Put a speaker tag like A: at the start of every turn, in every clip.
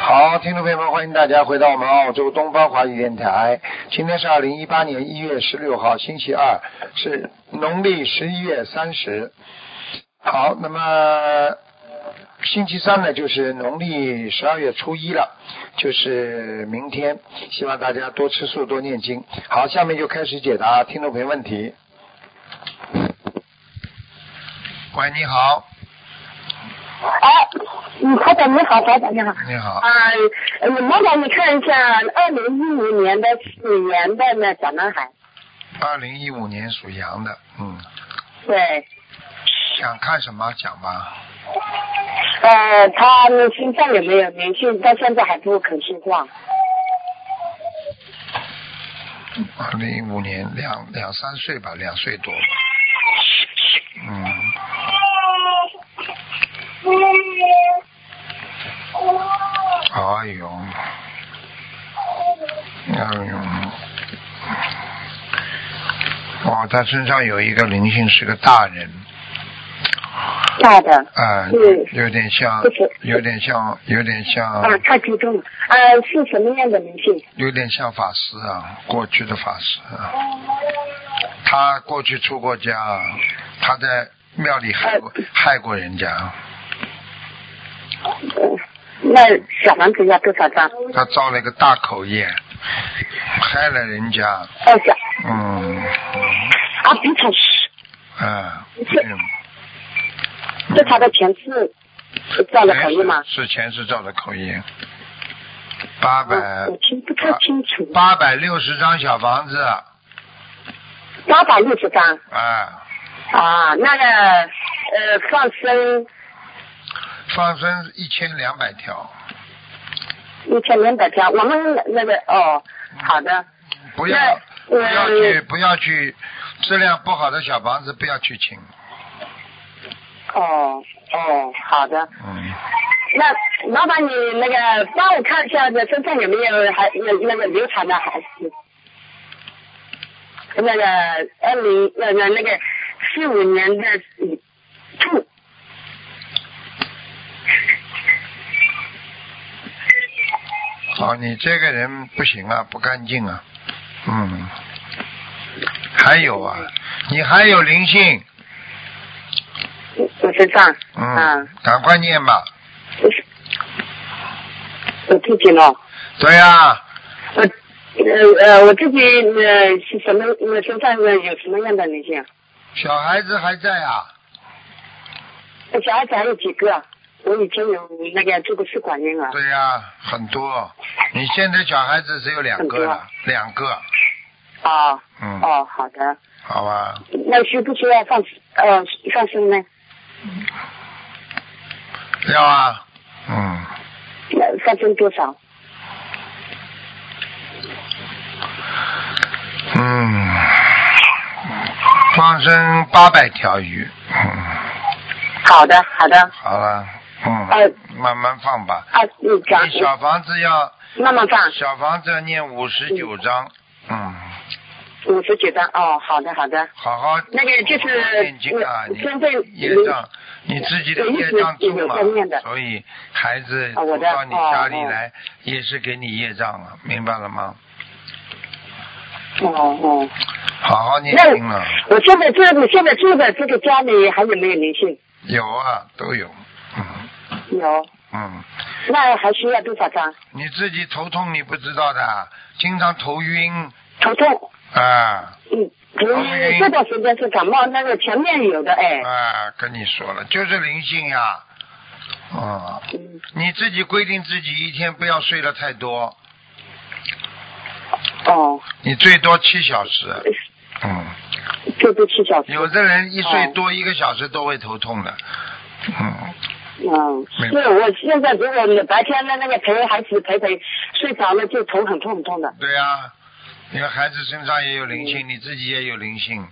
A: 好，听众朋友们，欢迎大家回到我们澳洲东方华语电台。今天是二零一八年一月十六号，星期二，是农历十一月三十。好，那么星期三呢，就是农历十二月初一了，就是明天。希望大家多吃素，多念经。好，下面就开始解答听众朋友问题。喂，你好，
B: 哎，嗯，台长你好，台长你好。
A: 你好，
B: 啊，呃麻烦你看一下二零一五年的属羊的那小男孩。
A: 二零一五年属羊的，嗯，
B: 对，
A: 想看什么讲吧。
B: 呃，他心脏有没有灵性？到现在还不肯说话。
A: 二零一五年两两三岁吧，两岁多吧。嗯，哎呦，哎呦，哦，他身上有一个灵性，是个大人，
B: 大的。
A: 啊、
B: 嗯
A: 有点像
B: 不是，
A: 有点像，有点像，
B: 啊，太激动了。呃，是什么样的灵性？
A: 有点像法师啊，过去的法师啊，他过去出过家，啊他在庙里害
B: 嗯
A: 过害过人家，
B: 呃那小房子要多少张？
A: 他造了一个大口业，害了人家，
B: 二十。
A: 嗯，
B: 啊，非常，
A: 啊，
B: 是这他的前世造的口音吗？
A: 是前世造的口业，八百
B: 嗯我听不
A: 啊
B: 太清楚。
A: 八百六十张小房子，
B: 八百六十张。
A: 啊，
B: 啊，那个呃，放生
A: 放生一千两百条，
B: 一千两百条，我们那个哦，好的，
A: 不要
B: 那
A: 不要
B: 嗯
A: 去不要去，质量不好的小房子不要去请，
B: 哦哦，好的，
A: 嗯，
B: 那麻烦你那个帮我看一下，那身上有没有还那那个流产的孩子？那个二零那个那个四五年的嗯兔，
A: 好，你这个人不行啊，不干净啊，嗯，还有啊，
B: 嗯
A: 你还有灵性，
B: 我我身上，啊
A: 嗯，，赶快念吧，
B: 我是我自己呢。
A: 对啊呀、
B: 我呃呃，我自己呃是什么呃身上呃有什么样的灵性？
A: 小孩子还在啊，
B: 我小孩子还有几个？我以前有那个做过试管婴儿，
A: 对呀、很多，你现在小孩子只有两个了，两个，
B: 啊、
A: 嗯，
B: 哦，好的，
A: 好吧，
B: 那需不需要放呃放生呢？
A: 要啊，嗯，
B: 那放生呃多少？
A: 嗯，放生八百条鱼，嗯，
B: 好的，好的，
A: 好了，嗯，
B: 呃
A: 慢慢放吧。
B: 啊，你讲，
A: 你小房子要
B: 慢慢放，
A: 小房子要念五十九章，嗯，
B: 五十几张哦，好的，好的，
A: 好好
B: 那个就是
A: 念经啊，
B: 我
A: 你
B: 现在
A: 业障，你自己的业障重嘛
B: 我一直有在念的，
A: 所以孩子
B: 啊
A: 走
B: 我的
A: 到你家里
B: 哦哦
A: 来也是给你业障了，明白了吗？
B: 哦哦，
A: 好好念
B: 那
A: 经了，
B: 我现在这现在住的这个家里还有没有灵性？
A: 有啊，都有，嗯
B: 有，
A: 嗯，
B: 那还需要多少张？
A: 你自己头痛你不知道的，经常头晕
B: 头痛，
A: 啊
B: 嗯，可能这段时间是感冒，那个前面有的，哎，
A: 啊，跟你说了，就是灵性呀，啊，
B: 嗯，
A: 你自己规定自己一天不要睡得太多，
B: 哦，
A: 你最多七小时，嗯。
B: 这都七小时，
A: 有的人一
B: 哦
A: 睡多一个小时都会头痛的，嗯，
B: 嗯，
A: 没
B: 是我现在如果白天的那个陪孩子陪陪，睡着了就头很痛很痛的，
A: 对呀、
B: 啊
A: 你看孩子身上也有灵性，你自己也有灵性，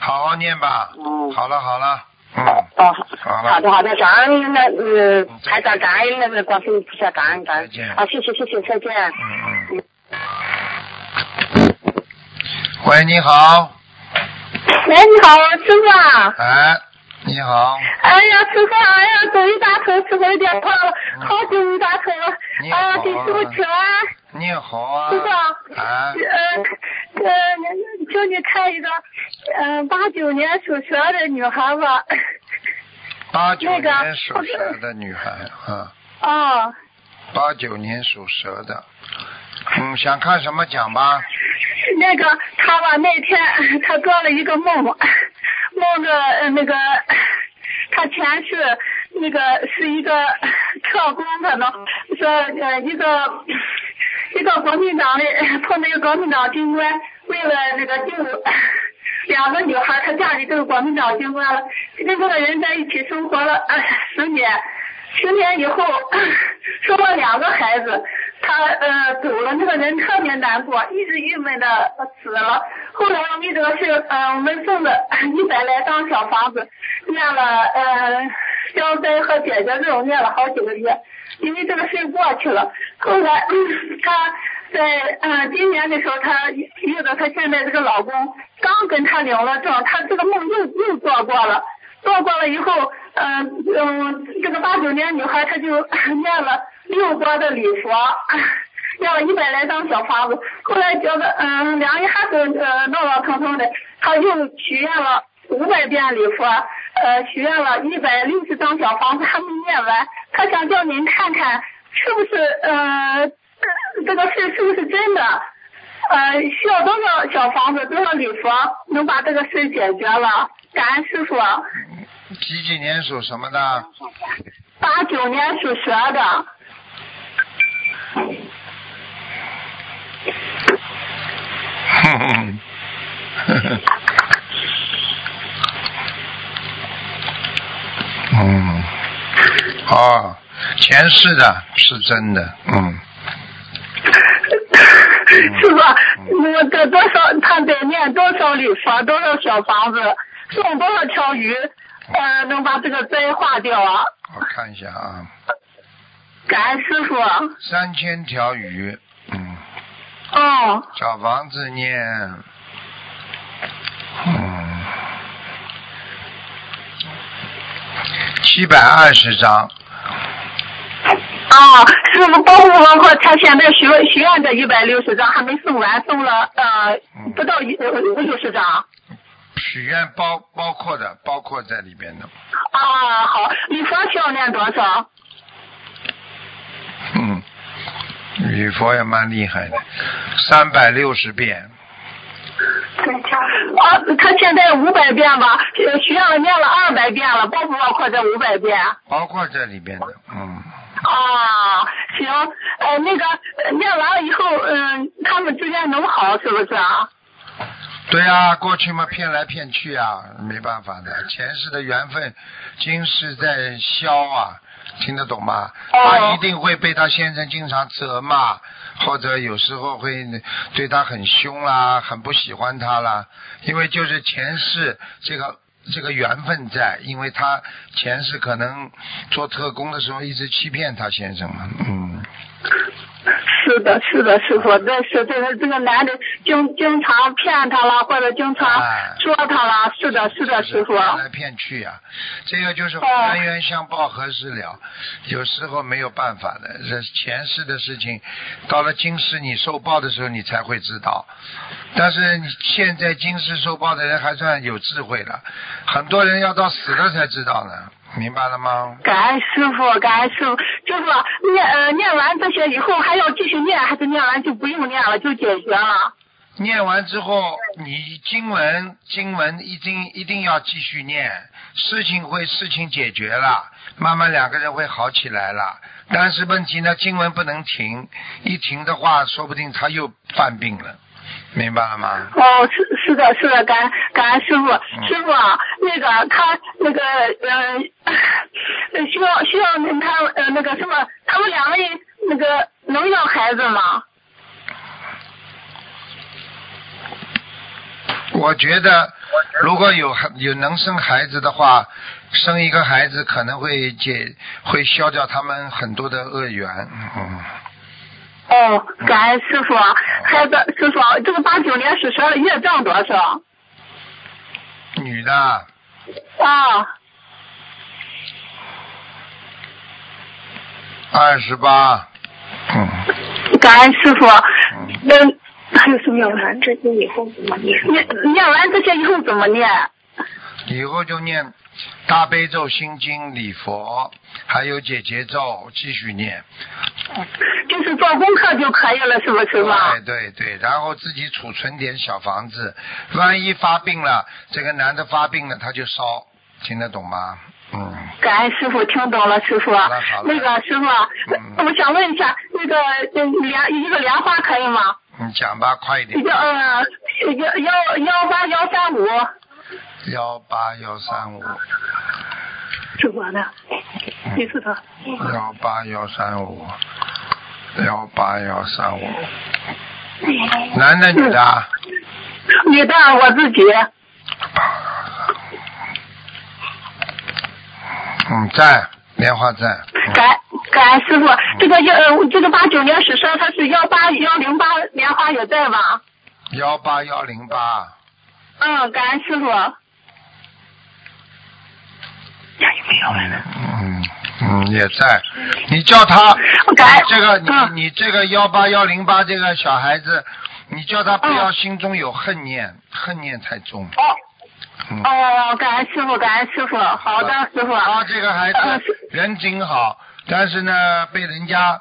A: 好好念吧。
B: 嗯
A: 好了好了，嗯，
B: 哦，
A: 好了
B: 好的好的，感恩那呃
A: 嗯，
B: 台长感恩那个观世音菩萨，感恩感
A: 再见
B: 恩，好，谢谢谢谢，再见。
A: 嗯嗯。喂，你好，
C: 喂，你好，师傅啊！
A: 哎，你好，
C: 哎呀，师傅，哎呀，终于打通师傅的电话了，好久没打
A: 你
C: 啊，
A: 好
C: 给师傅
A: 啊
C: 请安，
A: 你好啊
C: 师，傅。
A: 啊，
C: 呃呃，请你看一个，嗯、呃，八九年属蛇的女孩吧。
A: 八九
C: 那个
A: 年属蛇的女孩啊，
C: 啊，
A: 八九年属蛇的，嗯，想看什么讲吧？
C: 那个她吧，那天 她做了一个梦，梦着呃那个她前世那个是一个特工，可能说呃一个一个国民党的 碰到一个国民党军官，为了那个救两个女孩，她嫁给这个国民党军官了，跟这个人在一起生活了、呃、十年。十年以后生了两个孩子，他呃走了，那个人特别难过，一直郁闷的死了。后来我们这个是呃我们送了一百来张小房子，念了呃消灾和解决这种念了好几个月，因为这个事过去了。后来、 嗯他在呃今年的时候，他遇到他现在这个老公，刚跟他领了证，他这个梦又又做过了。做过了以后，嗯、嗯，这个八九年女孩她就 念了六波的礼佛，念了一百来张小房子，后来觉得嗯两下子呃闹闹腾腾的，她又许愿了五百遍礼佛，呃许愿了一百六十张小房子还没念完，她想叫您看看是不是呃这个事是不是真的。呃，需要多少小房子，多少礼佛，能把这个事解决了？感恩师傅。
A: 几几年属什么的？
C: 八九年属蛇的，
A: 哼哼哼 嗯，哦，前世的是真的，嗯，
C: 师傅，我嗯得多少？他得念多少礼佛，多少小房子，送多少条鱼，呃，能把这个灾化掉啊？
A: 我看一下啊，
C: 感恩师傅。
A: 三千条鱼，嗯，
C: 哦，
A: 小房子念，嗯，七百二十张，
C: 哦，师傅，包括包括他现在许许愿的一百六十张还没送完，送了呃
A: 嗯
C: 不到一六十张。
A: 许愿包包括的，包括在里边的，
C: 啊，好，礼佛需要念多少？
A: 嗯，礼佛也蛮厉害的，三百六十遍，
C: 啊，他现在五百遍吧，呃许愿了念了二百遍了，包不包括这五百遍？
A: 包括在里边的，嗯，
C: 啊，行，呃，那个呃念完了以后，嗯，他们之间能好是不是啊？
A: 对啊，过去嘛骗来骗去啊，没办法的，前世的缘分，今世在消啊，听得懂吗？她一定会被她先生经常责骂，或者有时候会对她很凶啦，很不喜欢她啦，因为就是前世这个。这个缘分在，因为她前世可能做特工的时候一直欺骗她先生嘛，嗯，
C: 是的，是的，师傅，这是这个这个男的经经常骗他了，或者经常
A: 哎
C: 说他了，是的，啊是的，师傅。哦
A: 骗来骗去啊，这个就是冤冤相报何时了，有时候没有办法的，这前世的事情，到了今世你受报的时候你才会知道，但是你现在今世受报的人还算有智慧了，很多人要到死了才知道呢，明白了吗？
C: 感恩师傅，感恩师傅，就是说念呃念完这些以后还要继续念，还是念完就不用念了，就解决了？
A: 念完之后，你经文经文一定一定要继续念，事情会事情解决了，慢慢两个人会好起来了。但是问题呢，经文不能停，一停的话，说不定他又犯病了，明白了吗？
C: 哦，是是的，是的，感感恩师傅，师傅啊，那个他那个呃，呃需要需要他呃那个什么，他们两个人那个能要孩子吗？
A: 我觉得如果有孩有能生孩子的话，生一个孩子可能会解会消掉他们很多的恶缘，嗯。
C: 哦，感恩师傅，孩子师傅啊，这个八九年属蛇的业障多少？
A: 女的，
C: 啊，
A: 二十八，嗯，
C: 感恩师傅。啊那还有什么要问？
D: 完这些以后怎么念？
C: 念念完这些以后怎么念？
A: 以后就念大悲咒、心经、礼佛，还有解结咒，继续念。
C: 就是做功课就可以了，是不啊是嘛？
A: 对哎对对，然后自己储存点小房子，万一发病了，这个男的发病了他就烧，听得懂吗？嗯，
C: 感恩师傅，听懂了，师傅
A: 好了好了。
C: 那个师傅啊，
A: 嗯
C: 我想问一下，那个呃莲一个莲花可以吗？
A: 你讲吧，快一点。
C: 幺呃幺幺幺八幺三五，
A: 幺八幺三五，
D: 是我的，
A: 嗯
D: 你是他。
A: 幺八幺三五，幺八幺三五，男的女的啊？
C: 女的我自己。
A: 嗯，在莲花在。嗯
C: 感感恩师傅，这个幺呃这个八九年史生他是幺八幺零八莲花也在吧？
A: 幺八幺零八，
C: 嗯，感恩师傅。
A: 嗯嗯也在，你叫他，
C: 我改
A: 你这个
C: 嗯
A: 你你这个幺八幺零八这个小孩子，你叫他不
C: 嗯
A: 要心中有恨念，恨念太重。
C: 哦
A: 嗯，
C: 哦，感恩师傅，感恩师傅，好的，师傅。
A: 他这个孩
C: 嗯
A: 子
C: 是
A: 人挺好，但是呢被人家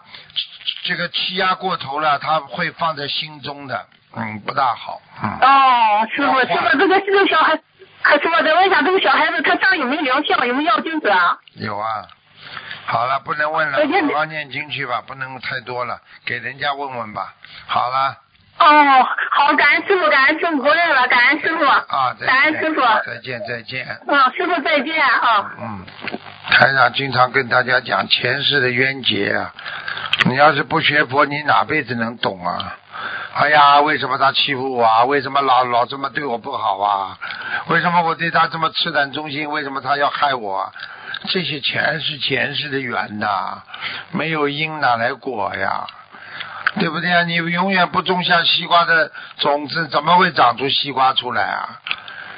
A: 这个欺压过头了，他会放在心中的，嗯不大好，嗯。
C: 哦，师傅，师傅，这个这个小孩，可是我再问一下，这个小孩子他上有没有灵性，有没有要精者啊？
A: 有啊，好了，不能问了
C: 再见，
A: 好好念经去吧，不能太多了，给人家问问吧。好了，
C: 哦，好，感恩师傅，感恩师傅不认了，感恩师傅，
A: 啊，再
C: 感恩
A: 见
C: 师傅，
A: 再见，再见。
C: 嗯，师傅再见啊。
A: 嗯，台长经常跟大家讲前世的冤结啊，你要是不学佛，你哪辈子能懂啊？哎呀，为什么他欺负我啊？为什么老老这么对我不好啊？为什么我对他这么赤胆忠心？为什么他要害我啊？这些全是前世的缘呐、没有因哪来果呀？对不对啊？你永远不种下西瓜的种子，怎么会长出西瓜出来啊？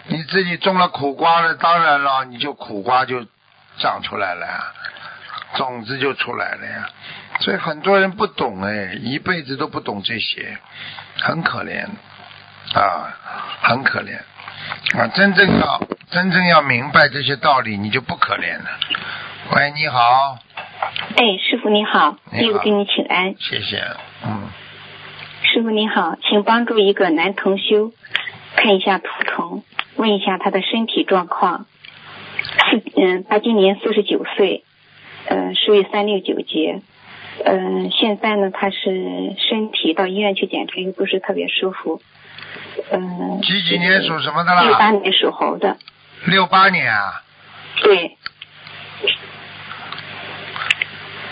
A: 你自己种了苦瓜了，当然了，你就苦瓜就长出来了呀，种子就出来了呀。所以很多人不懂哎，一辈子都不懂这些，很可怜啊，很可怜啊！真正要真正要明白这些道理，你就不可怜了。喂，你好，
D: 哎，师傅你好，
A: 你好
D: 弟子给你请安。
A: 谢谢，嗯，
D: 师傅你好，请帮助一个男同修看一下图腾，问一下他的身体状况。是嗯，他今年四十九岁，呃，属于三六九节。嗯、现在呢，他是身体到医院去检查，又不是特别舒服。嗯、
A: 几几年属什么的
D: 六八
A: 啦？
D: 年属猴的，
A: 六八年啊，
D: 对，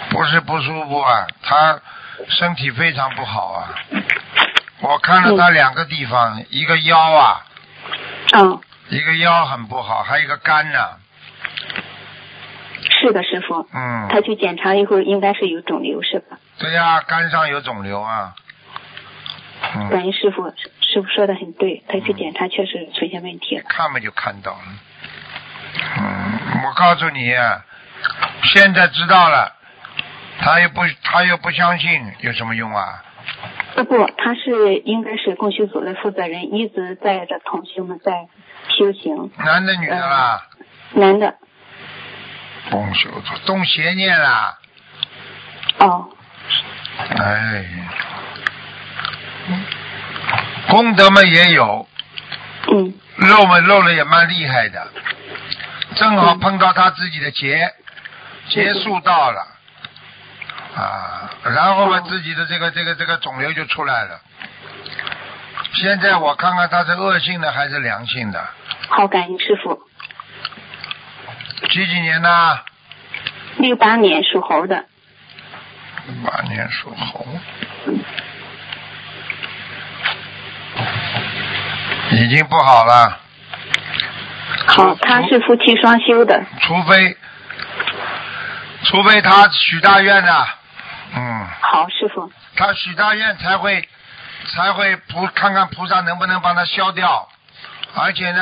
A: 不是不舒服啊，他身体非常不好啊。我看了他两个地方，一个腰啊，
D: 嗯，
A: 一个腰很不好，还有一个肝呢、
D: 是的，师傅。他
A: 嗯，
D: 去检查以后，应该是有肿瘤，是吧？
A: 对呀、肝上有肿瘤啊。嗯，
D: 感恩师傅，师傅说的很对，他去检查确实出现问题了。
A: 看嘛就看到了。嗯，我告诉你啊，现在知道了，他又不他又不相信，有什么用啊？
D: 啊不，他是应该是供修组的负责人，一直带着同修们在修行。
A: 男的女的啦？
D: 男的，
A: 动手动邪念啦。
D: 哦，
A: 哎，功德嘛也有，
D: 嗯，
A: 漏嘛漏了也蛮厉害的，正好碰到他自己的劫，结束到了，啊，然后嘛
D: 哦
A: 自己的这个这个这个肿瘤就出来了。现在我看看他是恶性的还是良性的，
D: 好，感恩师傅。
A: 几几年呢？
D: 六八年属猴的，
A: 八年属猴，已经不好了。嗯
D: 好，他是夫妻双修的，
A: 除非，除非他许大愿呐、嗯，
D: 好师傅，
A: 他许大愿才会才会菩看看菩萨能不能帮他消掉，而且呢，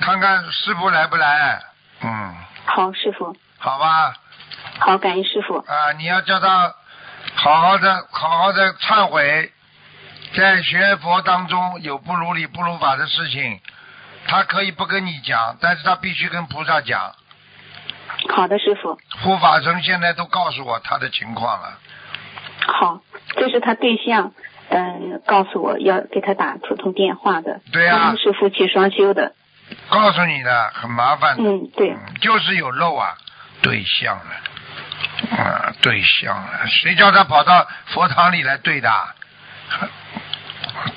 A: 看看师傅来不来，嗯，
D: 好师傅，
A: 好吧，
D: 好，感恩师傅。
A: 啊，你要叫他好好的、好好的忏悔，在学佛当中有不如理、不如法的事情，他可以不跟你讲，但是他必须跟菩萨讲。
D: 好的，师傅。
A: 护法神现在都告诉我他的情况了，
D: 好，这是他对象，嗯、告诉我要给他打普通电话的。
A: 对啊
D: 他们是夫妻双修的。
A: 告诉你的很麻烦的，
D: 嗯，对，
A: 嗯就是有漏啊，对象了，啊，对象了，谁叫他跑到佛堂里来对的？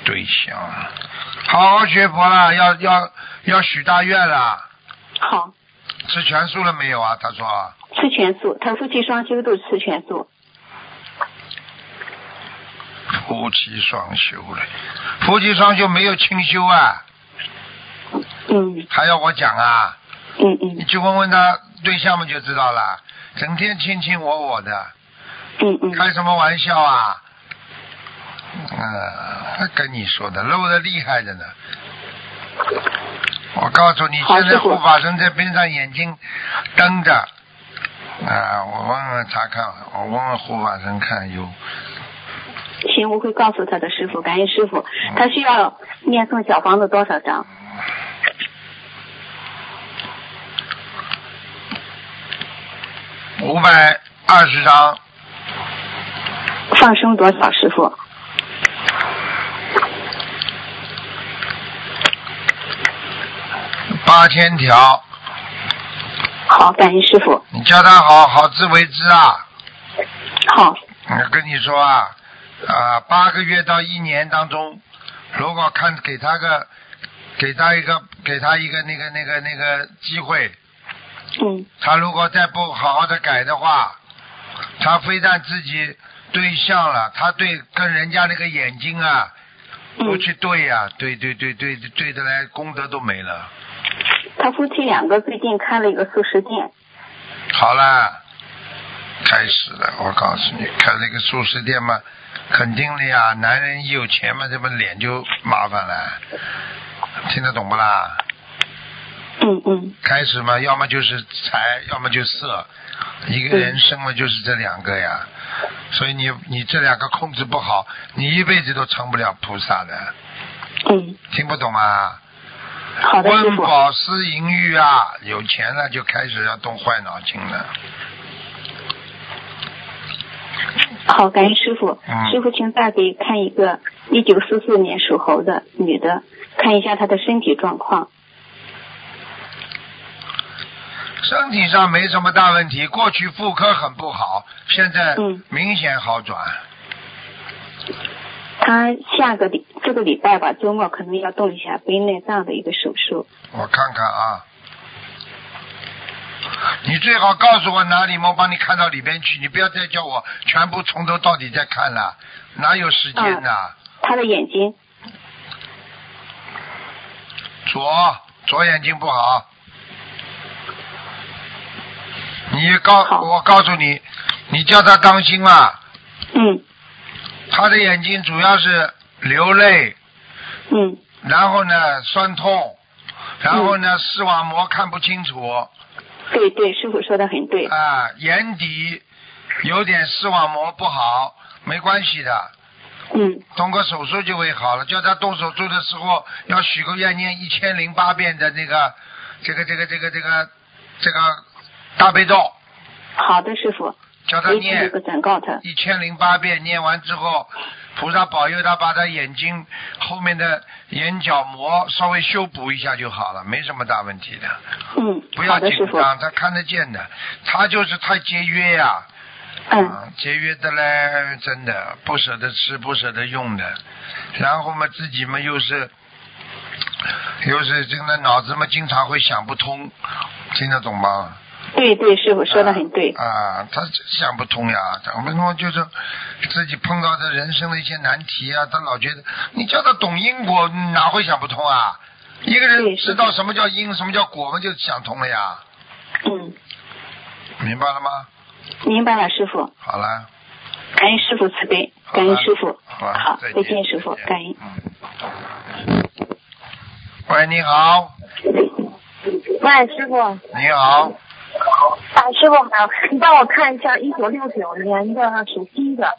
A: 对象了，好好学佛了，要要要许大愿了，
D: 好，
A: 吃全素了没有啊？他说
D: 吃全素，他夫妻双修都是吃全素。
A: 夫妻双修了，夫妻双修没有清修啊，
D: 嗯
A: 还要我讲啊？
D: 嗯
A: 你
D: 嗯
A: 去问问他对象们就知道了，整天卿卿我我的，
D: 嗯嗯，
A: 开什么玩笑啊？啊，跟你说的漏的厉害着呢。我告诉你，
D: 好
A: 现在
D: 师傅
A: 护法神在边上眼睛瞪着。啊，我问问他看，我问问护法神看有。
D: 行，我会告诉他的师傅，感恩师傅。
A: 嗯
D: 他需要念诵小房子多少张？
A: 五百二十张，
D: 放生多少？师傅？
A: 八千条，
D: 好，感恩师傅。
A: 你叫他好好自为之啊！
D: 好，
A: 我跟你说啊，啊，八个月到一年当中，如果看给他个，给他一个，给他一个那个那个那个机会，
D: 嗯
A: 他如果再不好好的改的话，他非但自己对象了，他对跟人家那个眼睛啊，都
D: 嗯，
A: 去对呀、对对对对对的来，功德都没了。
D: 他夫妻两个最近开了一个素食店。
A: 好啦，开始了，我告诉你，开了一个素食店嘛，肯定的呀，男人一有钱嘛，这不脸就麻烦了，听得懂不啦？
D: 嗯嗯
A: 开始嘛，要么就是财，要么就色，一个人生嘛就是这两个呀，所以你你这两个控制不好，你一辈子都成不了菩萨的，
D: 嗯，
A: 听不懂啊？
D: 好的，师
A: 温
D: 傅。
A: 饱思淫欲啊，有钱了就开始要动坏脑筋了。
D: 好，感恩师傅。
A: 嗯
D: 师傅，请再给看一个一九四四年属猴的女的，看一下她的身体状况。
A: 身体上没什么大问题，过去妇科很不好，现在
D: 嗯
A: 明显好转。
D: 她下个礼这个礼拜吧，周末可能要动一下背内脏的一个手术。
A: 我看看啊，你最好告诉我哪里嘛，我帮你看到里边去，你不要再叫我全部从头到底再看了，哪有时间呐、
D: 她的眼睛，
A: 左左眼睛不好，你告
D: 好
A: 我告诉你，你叫他当心啊，
D: 嗯
A: 他的眼睛主要是流泪，
D: 嗯
A: 然后呢酸痛，然后呢视网膜看不清楚，
D: 对对，师傅说的很对。
A: 啊，眼底有点视网膜不好，没关系的，
D: 嗯，
A: 动个手术就会好了。叫他动手术的时候要许个愿，念一千零八遍的那个这个这个这个这个这个大悲咒，
D: 好的，师傅，
A: 叫他
D: 维持
A: 念
D: 这个转告她。
A: 一千零八遍，念完之后，菩萨保佑他把他眼睛后面的眼角膜稍微修补一下就好了，没什么大问题的。
D: 嗯，
A: 不
D: 好
A: 要
D: 的，
A: 紧
D: 师傅。
A: 张，啊他看得见的，他就是太节约呀、
D: 嗯
A: 啊，节约的嘞，真的不舍得吃，不舍得用的，然后嘛，自己嘛又是又是真的脑子嘛，经常会想不通，听得懂吗？
D: 对对，师傅说的很对。
A: 啊，他想不通呀，想不通就是自己碰到的人生的一些难题啊，他老觉得你叫他懂因果，哪会想不通啊？一个人
D: 对是
A: 知道什么叫因，什么叫果嘛，就想通了呀，
D: 嗯，
A: 明白了吗？
D: 明白了，师傅。
A: 好了。
D: 感恩师傅慈悲，感恩师傅。
A: 好吧，
D: 好，
A: 再嗯
D: 再见，师傅，感恩。。
A: 喂，你好，
B: 喂，师傅，
A: 你好，
D: 啊，师傅麻烦你帮我看一下一九六九年的属鸡的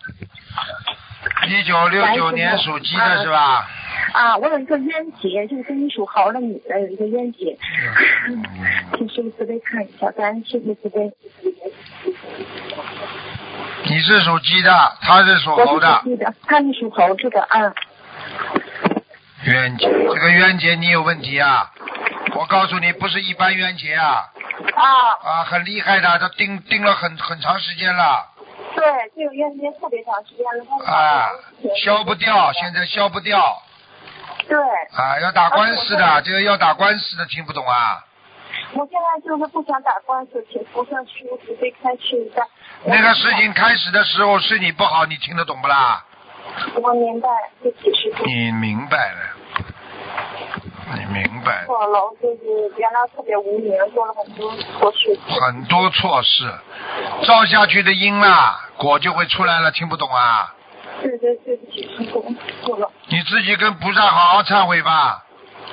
A: 一九六九年属鸡的是吧？
D: 啊，我有一个冤结，就是跟你属猴的女的有一个冤结，请师傅慈悲看一下，感恩师傅慈悲。
A: 你是属鸡的，他是属
D: 我
A: 猴
D: 是
A: 的
D: 属。鸡的，他是属猴子的啊。
A: 冤结，这个冤结你有问题啊！我告诉你，不是一般冤结啊，
D: 啊，
A: 啊，很厉害的，他盯盯了很很长时间了，
D: 对，这个冤结特别长时间了，他
A: 啊，消不掉，现在消不掉，
D: 对，
A: 啊，要打官司
D: 啊
A: 的，这个要打官司的，听不懂啊？
D: 我现在就是不想打官司，请菩萨师傅慈悲开示一下。
A: 那个事情开始的时候是你不好，你听得懂不啦？
D: 我明白，对不起，师傅。
A: 你明白了，你明白了
D: 错了，我就是原来特别无名，做了很多错事。
A: 很多错事，造下去的因啦，果就会出来了，听不懂啊？
D: 对对，对不起，师傅，错了。
A: 你自己跟菩萨好好忏悔吧。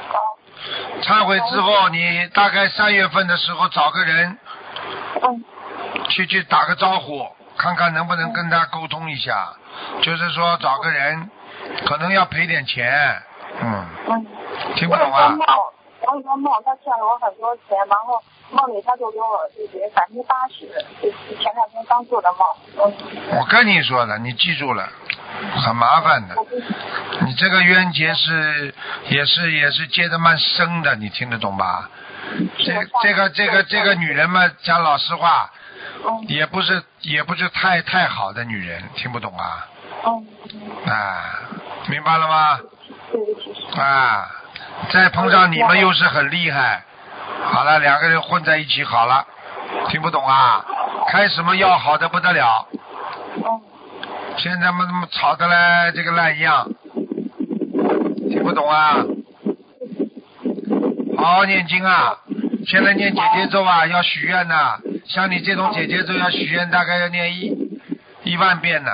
D: 好，
A: 忏悔之后，你大概三月份的时候找个人
D: 嗯，
A: 去去打个招呼，看看能不能跟他沟通一下，就是说找个人，可能要赔点钱，嗯，
D: 嗯。
A: 听
D: 我
A: 不
D: 有
A: 懂
D: 个
A: 啊
D: 梦？，我有个梦，他欠了我很多钱，然后梦里他就给我就是百分之八十，就是前两天刚做的梦。嗯，
A: 我跟你说了，你记住了，很麻烦的，
D: 我就是
A: 你这个冤结是也是也是结的蛮深的，你听得懂吧？这这个这个这个女人嘛，讲老实话，
D: 嗯
A: 也不是也不是太太好的女人，听不懂啊？
D: 嗯，
A: 啊，明白了吗？
D: 对不起，师
A: 啊，再碰上你们又是很厉害，好了，两个人混在一起好了，听不懂啊？开什么药好的不得了，
D: 傅。嗯，
A: 现在嘛他妈吵得来这个烂样，听不懂啊？好好念经啊！现在念姐姐咒啊，要许愿呐、像你这种姐姐咒要许愿，大概要念一一万遍呢、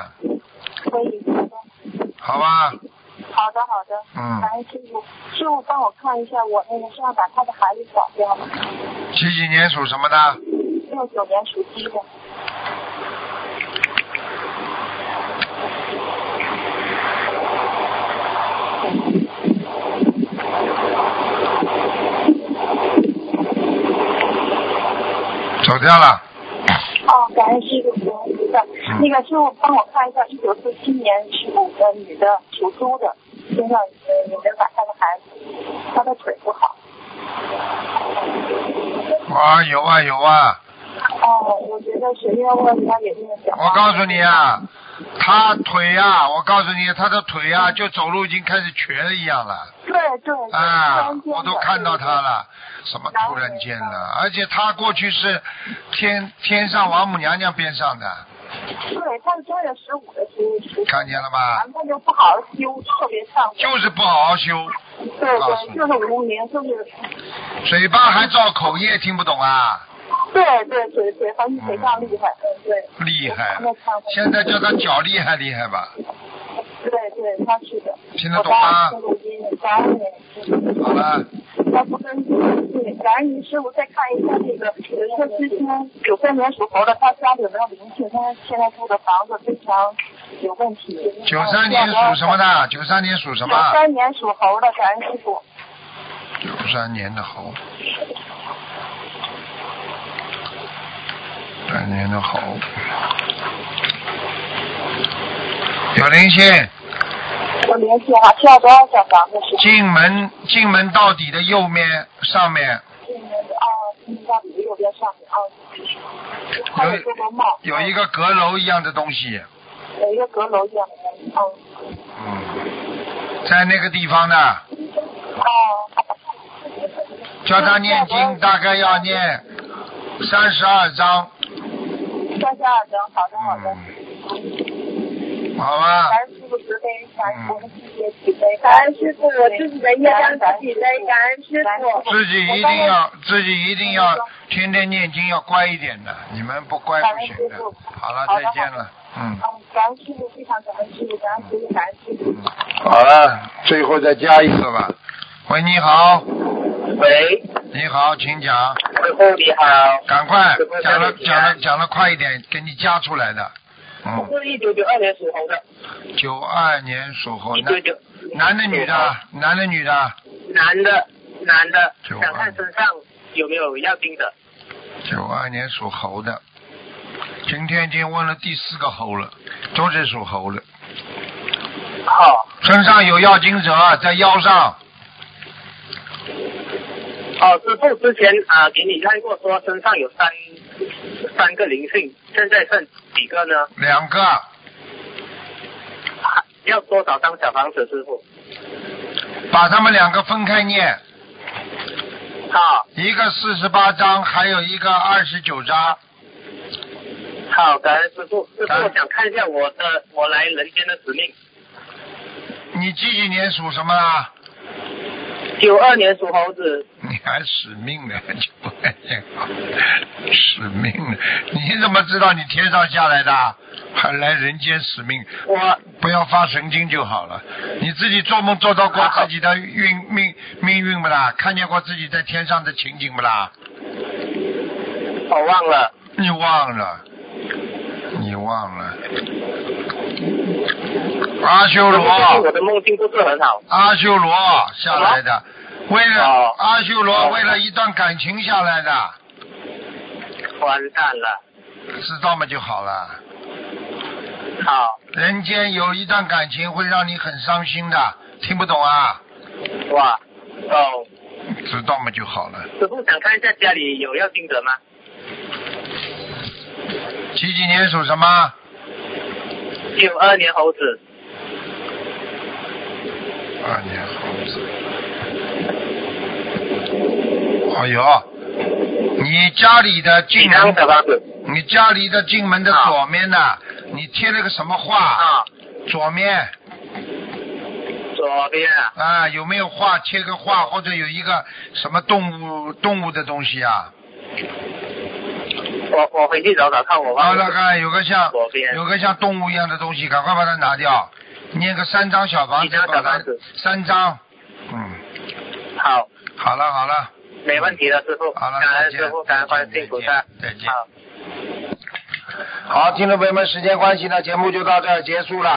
D: 可以。
A: 好
D: 好的
A: 吧？
D: 好的，好的。
A: 嗯
D: 感恩师傅，师傅帮我看一下我那个是要把他的孩子找掉吗？
A: 几几年属什么的？
D: 六九年属鸡的。
A: 走掉了。
D: 哦，感恩师傅，感恩菩萨。那个师傅帮我看一下，一九四七年属虎的女的，属猪的，身上呃有没有打胎的孩子？她的腿不好。
A: 啊，有啊有啊，
D: 哦，我觉得随便问她也是小孩。
A: 我告诉你啊，他腿啊，我告诉你，他的腿啊，就走路已经开始瘸了一样了
D: 对对对，
A: 啊
D: 突然，间
A: 我都
D: 的
A: 看到他。了，什么突然间的，而且他过去是天天上王母娘娘边上的，
D: 对，她是正月十五的时候出生，
A: 看见了吧？
D: 她就不好好修，特别上火。
A: 就是不好好修，
D: 对
A: 啊
D: 对，就是无名，就是
A: 嘴巴还造口业，听不懂啊？
D: 对对嘴嘴和嘴上厉害，嗯对。
A: 厉害
D: 我看到她了，
A: 现在叫他脚厉害厉害吧？
D: 对对，他是的。
A: 听得懂吗
D: 我帮你录音感恩你，
A: 好了，
D: 他不跟你，感恩您师傅再看一下那个有一个师兄九三年属猴的，他家里有没有灵性？他现在住的房子非常有问题。
A: 九三年属什么
D: 的？
A: 的？九三年属什
D: 九
A: 么？
D: 三年属猴的，感恩师傅。
A: 九三年的猴，三年的猴，有灵性，
D: 有灵性啊，需要多少小房子？师傅？
A: 进门进门到底的右面上面
D: 啊，听到你右边上啊面啊。还有做个梦，
A: 有一个阁楼一样的东西，
D: 有一个阁楼一样的，嗯。
A: 嗯，在那个地方呢，
D: 哦，
A: 叫他念经，大概要念三十二章，
D: 三十二张，好的好的。
A: 嗯，好吧，
D: 感恩师傅慈悲，感恩我们自己慈悲，感恩师傅，我自己的业障自己背，感恩师傅。
A: 自己一定要，自己一定要天天念经，要乖一点的。你们不乖不行的。好了，再见了，嗯
D: 嗯，感恩师傅，非常感恩师傅，感恩师傅，感恩师傅。
A: 好了，最后再加一次吧。喂，你好，
E: 喂，
A: 你好，请讲。
E: 师傅你好，
A: 赶快讲了讲了讲了快一点，给你加出来的。
E: 我
A: 嗯，
E: 是一九九二年属猴的，
A: 九二年属猴，
E: 一
A: 男
E: 九九，
A: 哦男的啊女的？男的女的？
E: 男的，男的，
A: 九啊二
E: 想看身上有没有要盯的，
A: 九二年属猴的，今天已经问了第四个猴了，都是属猴的，
E: 哦
A: 身上有药精者在腰上，
E: 哦，师傅之前啊、给你看过说身上有三三个灵性，现在剩几个呢？
A: 两个
E: 啊要多少张小房子，师傅？
A: 把他们两个分开念，哦
E: 好，
A: 一个四十八章，还有一个二十九章。
E: 好，感恩师傅。师傅，
A: 感恩
E: 我想看一下我的我来人间的使命。
A: 你几几年属什么啊啦？
E: 九二年属猴子，
A: 你还使命呢，就不爱健康，使命呢？你怎么知道你天上下来的？还来人间使命？
E: 我
A: 不要发神经就好了。你自己做梦做到过自己的运命命运不啦？看见过自己在天上的情景不啦？
E: 我忘了。
A: 你忘了，你忘了。阿修
E: 师
A: 罗，
E: 傅，我的梦境不是很好。
A: 阿修罗下来的，为了、
E: 哦
A: 阿修罗
E: 哦
A: 为了一段感情下来的，
E: 完蛋了。
A: 知道嘛就好了。
E: 好，
A: 人间有一段感情会让你很伤心的，听不懂啊？
E: 哇，哦，
A: 知道嘛就好了。
E: 师傅想看一下家里有要盯者吗？
A: 几几年属什么？
E: 九二年猴子，
A: 二年猴子。哎呦，你家里的
E: 几
A: 进
E: 张
A: 门
E: 小
A: 的，
E: 房子？
A: 你家里的进门的
E: 啊
A: 左面呢、你贴了个什么画？
E: 啊，
A: 左面
E: 左边啊，
A: 啊，有没有画？贴个画或者有一个什么动物动物的东西啊？
E: 我我回去找找看，我
A: 啊，
E: 忘
A: 那
E: 了。
A: 个有个像
E: 左边
A: 有个像动物一样的东西，赶快把它拿掉。念个三张小房
E: 一
A: 子
E: 张，
A: 把
E: 小
A: 它
E: 房子
A: 三张。嗯，
E: 好，
A: 好了好了，
E: 没问题了，师傅。
A: 好了
E: 感
A: 再
E: 恩
A: 见
E: 师傅，感恩观世音菩萨。
A: 再见再见
E: 好。
A: 好，听众朋友们，时间关系呢，节目就到这儿结束了。